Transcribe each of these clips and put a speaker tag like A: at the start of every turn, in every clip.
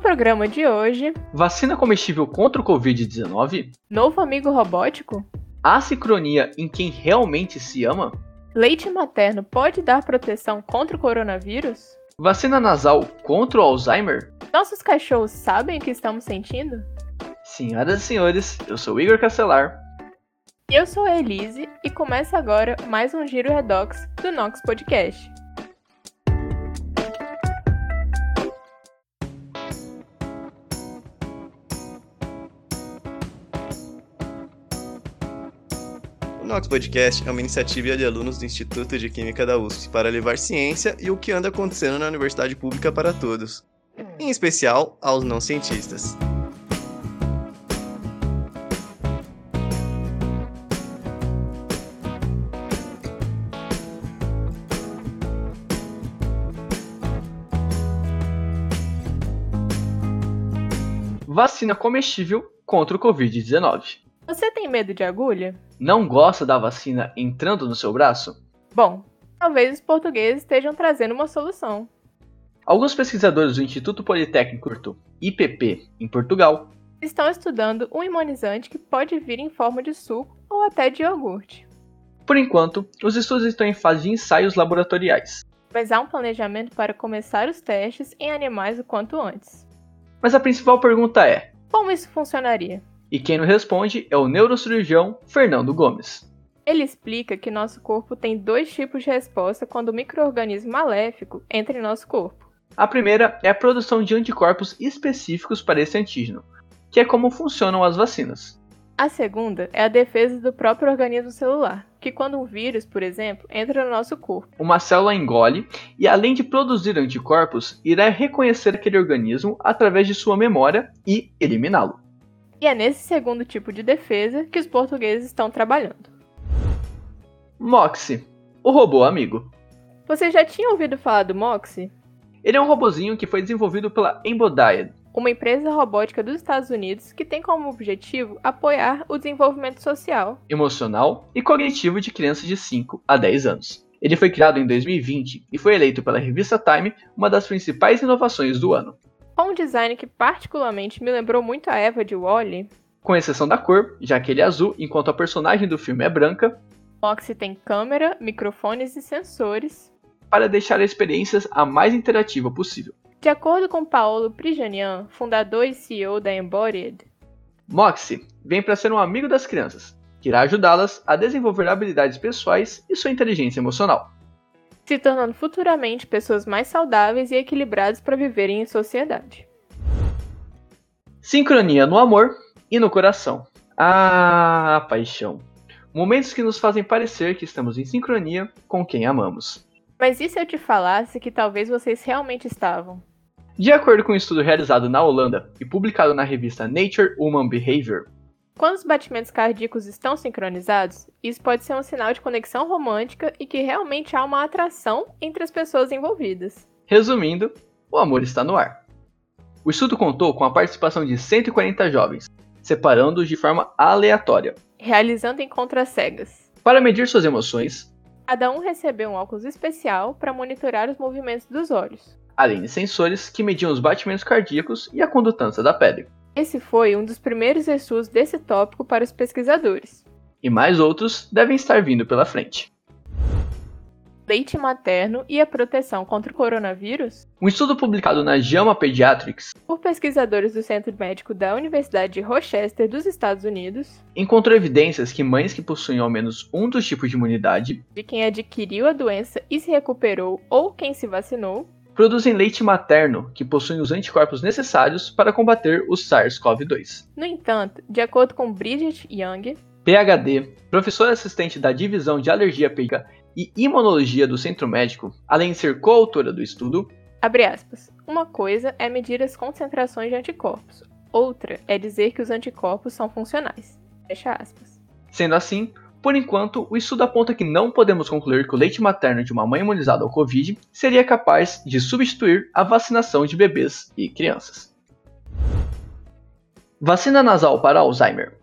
A: programa de hoje,
B: Vacina comestível contra o Covid-19?
A: novo amigo robótico,
B: Assincronia em quem realmente se ama?
A: leite materno pode dar proteção contra o coronavírus?
B: Vacina nasal contra o Alzheimer?
A: Nossos cachorros sabem o que estamos sentindo?
B: Senhoras e senhores, eu sou Igor Castelar.
A: Eu sou a Elise e começa agora mais um Giro Redox do Nox Podcast.
C: O Nox Podcast é uma iniciativa de alunos do Instituto de Química da USP para levar ciência e o que anda acontecendo na universidade pública para todos, em especial aos não cientistas.
B: Vacina comestível contra o Covid-19.
A: Você tem medo de agulha?
B: Não gosta da vacina entrando no seu braço?
A: Bom, talvez os portugueses estejam trazendo uma solução.
B: Alguns pesquisadores do Instituto Politécnico Porto, IPP, em Portugal,
A: Estão estudando um imunizante que pode vir em forma de suco ou até de iogurte.
B: por enquanto, os estudos estão em fase de ensaios laboratoriais.
A: Mas há um planejamento para começar os testes em animais o quanto antes.
B: Mas a principal pergunta é:
A: Como isso funcionaria?
B: e quem nos responde é o neurocirurgião Fernando Gomes.
A: Ele explica que nosso corpo tem dois tipos de resposta quando um microorganismo maléfico entra em nosso corpo.
B: A primeira é a produção de anticorpos específicos para esse antígeno, que é como funcionam as vacinas.
A: A segunda é a defesa do próprio organismo celular, que quando um vírus, por exemplo, entra no nosso corpo,
B: Uma célula engole e, além de produzir anticorpos, irá reconhecer aquele organismo através de sua memória e eliminá-lo.
A: e é nesse segundo tipo de defesa que os portugueses estão trabalhando.
B: Moxie, o robô amigo.
A: Você já tinha ouvido falar do Moxie?
B: Ele é um robozinho que foi desenvolvido pela Embodied.
A: uma empresa robótica dos Estados Unidos que tem como objetivo apoiar o desenvolvimento social.
B: emocional e cognitivo de crianças de 5 a 10 anos. Ele foi criado em 2020 e foi eleito pela revista Time uma das principais inovações do ano.
A: Com um design que particularmente me lembrou muito a Eva de Wally,
B: Com exceção da cor, já que ele é azul enquanto a personagem do filme é branca,
A: Moxie tem câmera, microfones e sensores.
B: para deixar a experiência a mais interativa possível.
A: De acordo com Paolo Prigianian, fundador e CEO da Embodied,
B: Moxie vem para ser um amigo das crianças, que irá ajudá-las a desenvolver habilidades pessoais e sua inteligência emocional.
A: se tornando futuramente pessoas mais saudáveis e equilibradas para viverem em sociedade.
B: Sincronia no amor e no coração. Ah, paixão. Momentos que nos fazem parecer que estamos em sincronia com quem amamos.
A: Mas e se eu te falasse que talvez vocês realmente estavam?
B: De acordo com um estudo realizado na Holanda e publicado na revista Nature Human Behavior,
A: Quando os batimentos cardíacos estão sincronizados, isso pode ser um sinal de conexão romântica e que realmente há uma atração entre as pessoas envolvidas.
B: resumindo, o amor está no ar. O estudo contou com a participação de 140 jovens, separando-os de forma aleatória.
A: Realizando encontros às cegas.
B: Para medir suas emoções,
A: Cada um recebeu um óculos especial para monitorar os movimentos dos olhos.
B: além de sensores que mediam os batimentos cardíacos e a condutância da pele,
A: Esse foi um dos primeiros estudos desse tópico para os pesquisadores.
B: e mais outros devem estar vindo pela frente.
A: Leite materno e a proteção contra o coronavírus?
B: Um estudo publicado na JAMA Pediatrics
A: Por pesquisadores do Centro Médico da Universidade de Rochester, dos Estados Unidos,
B: encontrou evidências que mães que possuem ao menos um dos tipos de imunidade
A: de quem adquiriu a doença e se recuperou ou quem se vacinou,
B: produzem leite materno que possuem os anticorpos necessários para combater o SARS-CoV-2.
A: No entanto, de acordo com Bridget Young,
B: PhD, professora assistente da Divisão de Alergia Peica e Imunologia do Centro Médico, além de ser coautora do estudo,
A: abre aspas, uma coisa é medir as concentrações de anticorpos, outra é dizer que os anticorpos são funcionais. Fecha aspas.
B: sendo assim, por enquanto, o estudo aponta que não podemos concluir que o leite materno de uma mãe imunizada ao Covid seria capaz de substituir a vacinação de bebês e crianças. Vacina nasal para Alzheimer.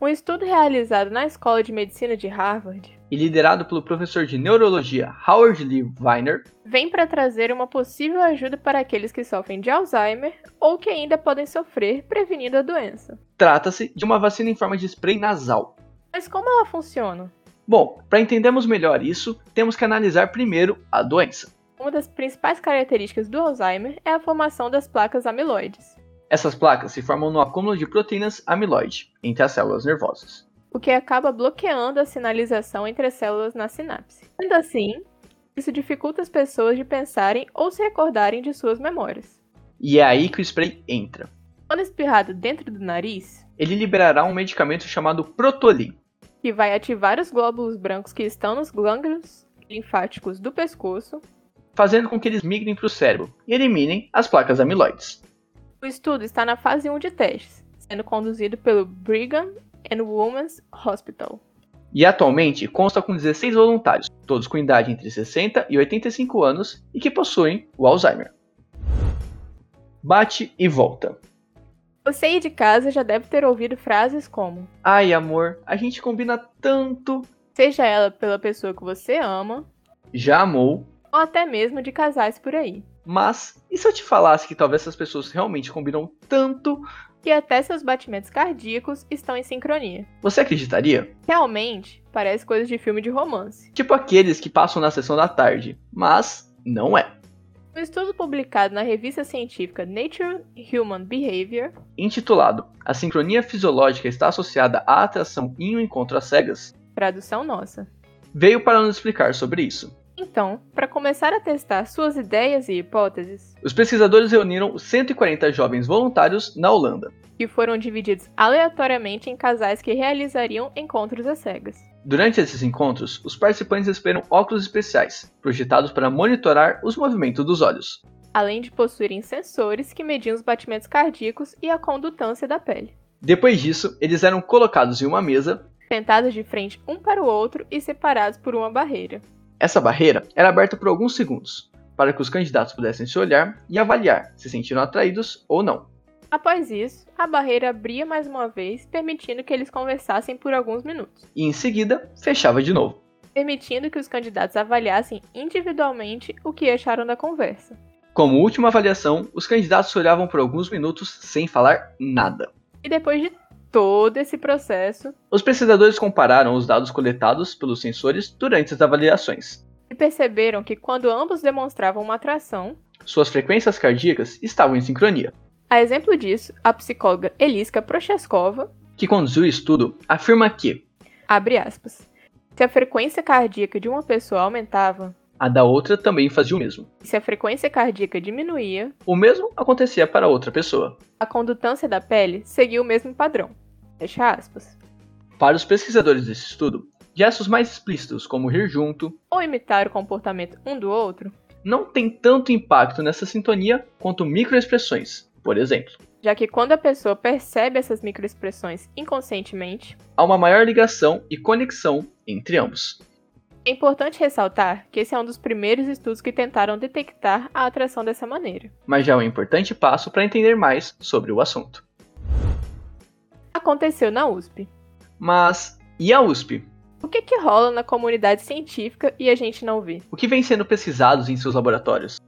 A: Um estudo realizado na Escola de Medicina de Harvard
B: e liderado pelo professor de neurologia Howard Lee Weiner,
A: vem para trazer uma possível ajuda para aqueles que sofrem de Alzheimer ou que ainda podem sofrer prevenindo a doença.
B: trata-se de uma vacina em forma de spray nasal.
A: Mas como ela funciona?
B: Bom, para entendermos melhor isso, temos que analisar primeiro a doença.
A: Uma das principais características do Alzheimer é a formação das placas amiloides,
B: Essas placas se formam no acúmulo de proteínas amiloide entre as células nervosas.
A: o que acaba bloqueando a sinalização entre as células na sinapse. Sendo assim, isso dificulta as pessoas de pensarem ou se recordarem de suas memórias.
B: E é aí que o spray entra.
A: Quando espirrado dentro do nariz,
B: Ele liberará um medicamento chamado Protolin.
A: que vai ativar os glóbulos brancos que estão nos glândulos linfáticos do pescoço.
B: fazendo com que eles migrem para o cérebro e eliminem as placas amiloides.
A: O estudo está na fase 1 de testes, sendo conduzido pelo Brigham and Women's Hospital.
B: E atualmente consta com 16 voluntários, todos com idade entre 60 e 85 anos e que possuem o Alzheimer. Bate e volta.
A: Você aí de casa já deve ter ouvido frases como:
B: Ai, amor, a gente combina tanto.
A: seja ela pela pessoa que você ama,
B: Já amou,
A: ou até mesmo de casais por aí,
B: mas e se eu te falasse que talvez essas pessoas realmente combinam tanto?
A: que até seus batimentos cardíacos estão em sincronia.
B: Você acreditaria?
A: Realmente, parece coisa de filme de romance.
B: Tipo aqueles que passam na sessão da tarde, mas não é.
A: Um estudo publicado na revista científica Nature Human Behavior
B: Intitulado A Sincronia Fisiológica está associada à atração em um encontro às cegas,
A: Tradução nossa.
B: veio para nos explicar sobre isso.
A: Então, para começar a testar suas ideias e hipóteses,
B: Os pesquisadores reuniram 140 jovens voluntários na Holanda.
A: que foram divididos aleatoriamente em casais que realizariam encontros às cegas.
B: Durante esses encontros, os participantes esperam óculos especiais, projetados para monitorar os movimentos dos olhos.
A: Além de possuírem sensores que mediam os batimentos cardíacos e a condutância da pele.
B: Depois disso, eles eram colocados em uma mesa.
A: Sentados de frente um para o outro e separados por uma barreira.
B: Essa barreira era aberta por alguns segundos, para que os candidatos pudessem se olhar e avaliar se sentiram atraídos ou não.
A: Após isso, a barreira abria mais uma vez, permitindo que eles conversassem por alguns minutos,
B: E em seguida, fechava de novo.
A: permitindo que os candidatos avaliassem individualmente o que acharam da conversa.
B: Como última avaliação, os candidatos se olhavam por alguns minutos sem falar nada.
A: E depois de todo esse processo,
B: Os pesquisadores compararam os dados coletados pelos sensores durante as avaliações.
A: e perceberam que quando ambos demonstravam uma atração,
B: Suas frequências cardíacas estavam em sincronia.
A: a exemplo disso, a psicóloga Eliska Prochaskova,
B: Que conduziu o estudo afirma que
A: abre aspas, se a frequência cardíaca de uma pessoa aumentava
B: a da outra também fazia o mesmo.
A: e se a frequência cardíaca diminuía,
B: O mesmo acontecia para outra pessoa.
A: a condutância da pele seguia o mesmo padrão. Fecha aspas.
B: Para os pesquisadores desse estudo, gestos mais explícitos, como rir junto,
A: Ou imitar o comportamento um do outro,
B: não têm tanto impacto nessa sintonia quanto microexpressões, por exemplo.
A: já que quando a pessoa percebe essas microexpressões inconscientemente,
B: Há uma maior ligação e conexão entre ambos.
A: é importante ressaltar que esse é um dos primeiros estudos que tentaram detectar a atração dessa maneira.
B: Mas já é um importante passo para entender mais sobre o assunto.
A: Aconteceu na USP.
B: Mas e a USP?
A: O que, que rola na comunidade científica e a gente não vê?
B: O que vem sendo pesquisado em seus laboratórios?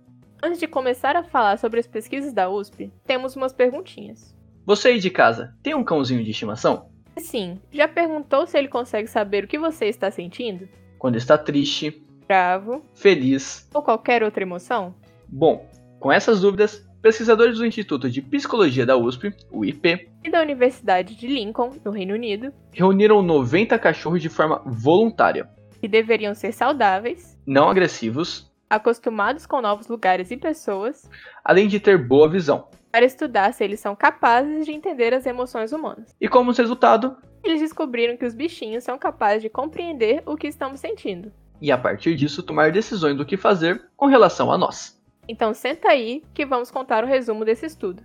A: Antes de começar a falar sobre as pesquisas da USP, temos umas perguntinhas.
B: Você aí de casa tem um cãozinho de estimação?
A: Sim, já perguntou se ele consegue saber o que você está sentindo?
B: Quando está triste,
A: Bravo
B: feliz?
A: ou qualquer outra emoção?
B: Bom, com essas dúvidas, pesquisadores do Instituto de Psicologia da USP, o IP,
A: E da Universidade de Lincoln, no Reino Unido,
B: reuniram 90 cachorros de forma voluntária,
A: que deveriam ser saudáveis,
B: não agressivos,
A: acostumados com novos lugares e pessoas,
B: além de ter boa visão.
A: para estudar se eles são capazes de entender as emoções humanas.
B: E como resultado,
A: Eles descobriram que os bichinhos são capazes de compreender o que estamos sentindo.
B: e a partir disso tomar decisões do que fazer com relação a nós.
A: Então senta aí que vamos contar o resumo desse estudo.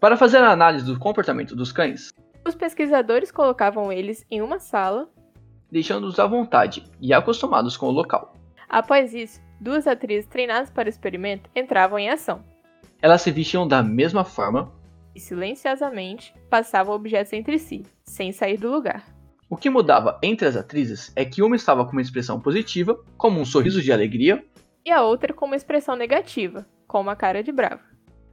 B: Para fazer a análise do comportamento dos cães,
A: Os pesquisadores colocavam eles em uma sala.
B: deixando-os à vontade e acostumados com o local.
A: Após isso, duas atrizes treinadas para o experimento entravam em ação.
B: Elas se vestiam da mesma forma,
A: e silenciosamente passavam objetos entre si, sem sair do lugar.
B: O que mudava entre as atrizes é que uma estava com uma expressão positiva, como um sorriso de alegria,
A: E a outra com uma expressão negativa, com uma cara de bravo.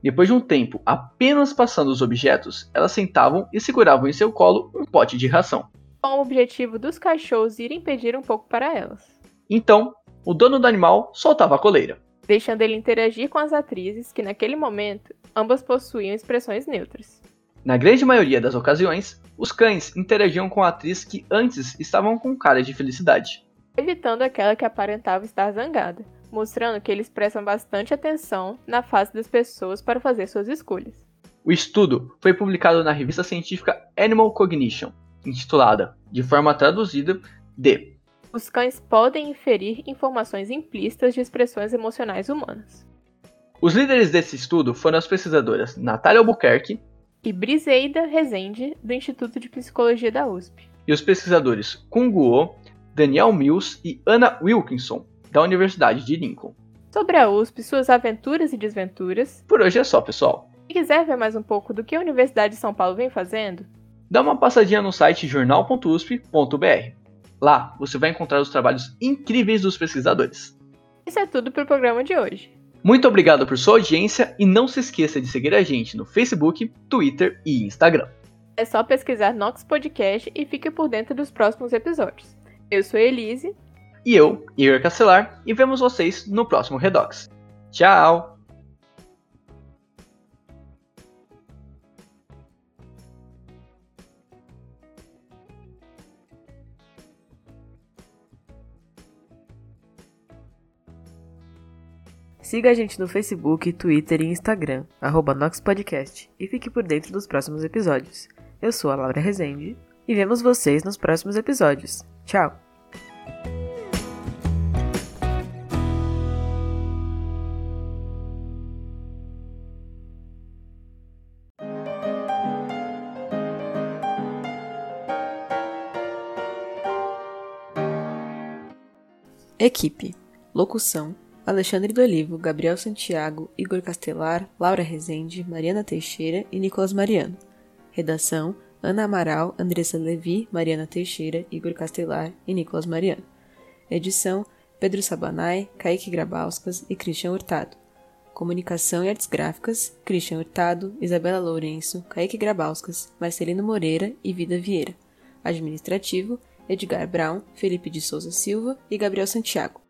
B: Depois de um tempo apenas passando os objetos, elas sentavam e seguravam em seu colo um pote de ração.
A: Com o objetivo dos cachorros irem pedir um pouco para elas,
B: Então, o dono do animal soltava a coleira.
A: deixando ele interagir com as atrizes que, naquele momento, ambas possuíam expressões neutras.
B: Na grande maioria das ocasiões, os cães interagiam com a atriz que antes estavam com cara de felicidade.
A: evitando aquela que aparentava estar zangada, mostrando que eles prestam bastante atenção na face das pessoas para fazer suas escolhas.
B: O estudo foi publicado na revista científica Animal Cognition, intitulada, de forma traduzida, de
A: Os cães podem inferir informações implícitas de expressões emocionais humanas.
B: Os líderes desse estudo foram as pesquisadoras Natália Albuquerque
A: E Briseida Rezende, do Instituto de Psicologia da USP.
B: e os pesquisadores Kung Guo, Daniel Mills e Anna Wilkinson, da Universidade de Lincoln.
A: Sobre a USP, suas aventuras e desventuras.
B: Por hoje é só, pessoal.
A: Se quiser ver mais um pouco do que a Universidade de São Paulo vem fazendo,
B: Dá uma passadinha no site jornal.usp.br. Lá você vai encontrar os trabalhos incríveis dos pesquisadores.
A: isso é tudo para o programa de hoje.
B: Muito obrigado por sua audiência e não se esqueça de seguir a gente no Facebook, Twitter e Instagram.
A: É só pesquisar Nox Podcast e fique por dentro dos próximos episódios. Eu sou a Elise
B: E eu, Igor Castelar, e vemos vocês no próximo Redox. Tchau!
D: Siga a gente no Facebook, Twitter e Instagram, arroba Nox Podcast, e fique por dentro dos próximos episódios. Eu sou a Laura Rezende e vemos vocês nos próximos episódios. Tchau! Equipe Locução Alexandre do Olivo, Gabriel Santiago, Igor Castelar, Laura Rezende, Mariana Teixeira e Nicolas Mariano. Redação: Ana Amaral, Andressa Levi, Mariana Teixeira, Igor Castelar e Nicolas Mariano. Edição: Pedro Sabanai, Kaique Grabauskas e Christian Hurtado. Comunicação e Artes Gráficas: Christian Hurtado, Isabela Lourenço, Kaique Grabauskas, Marcelino Moreira e Vida Vieira. Administrativo: Edgar Brown, Felipe de Souza Silva e Gabriel Santiago.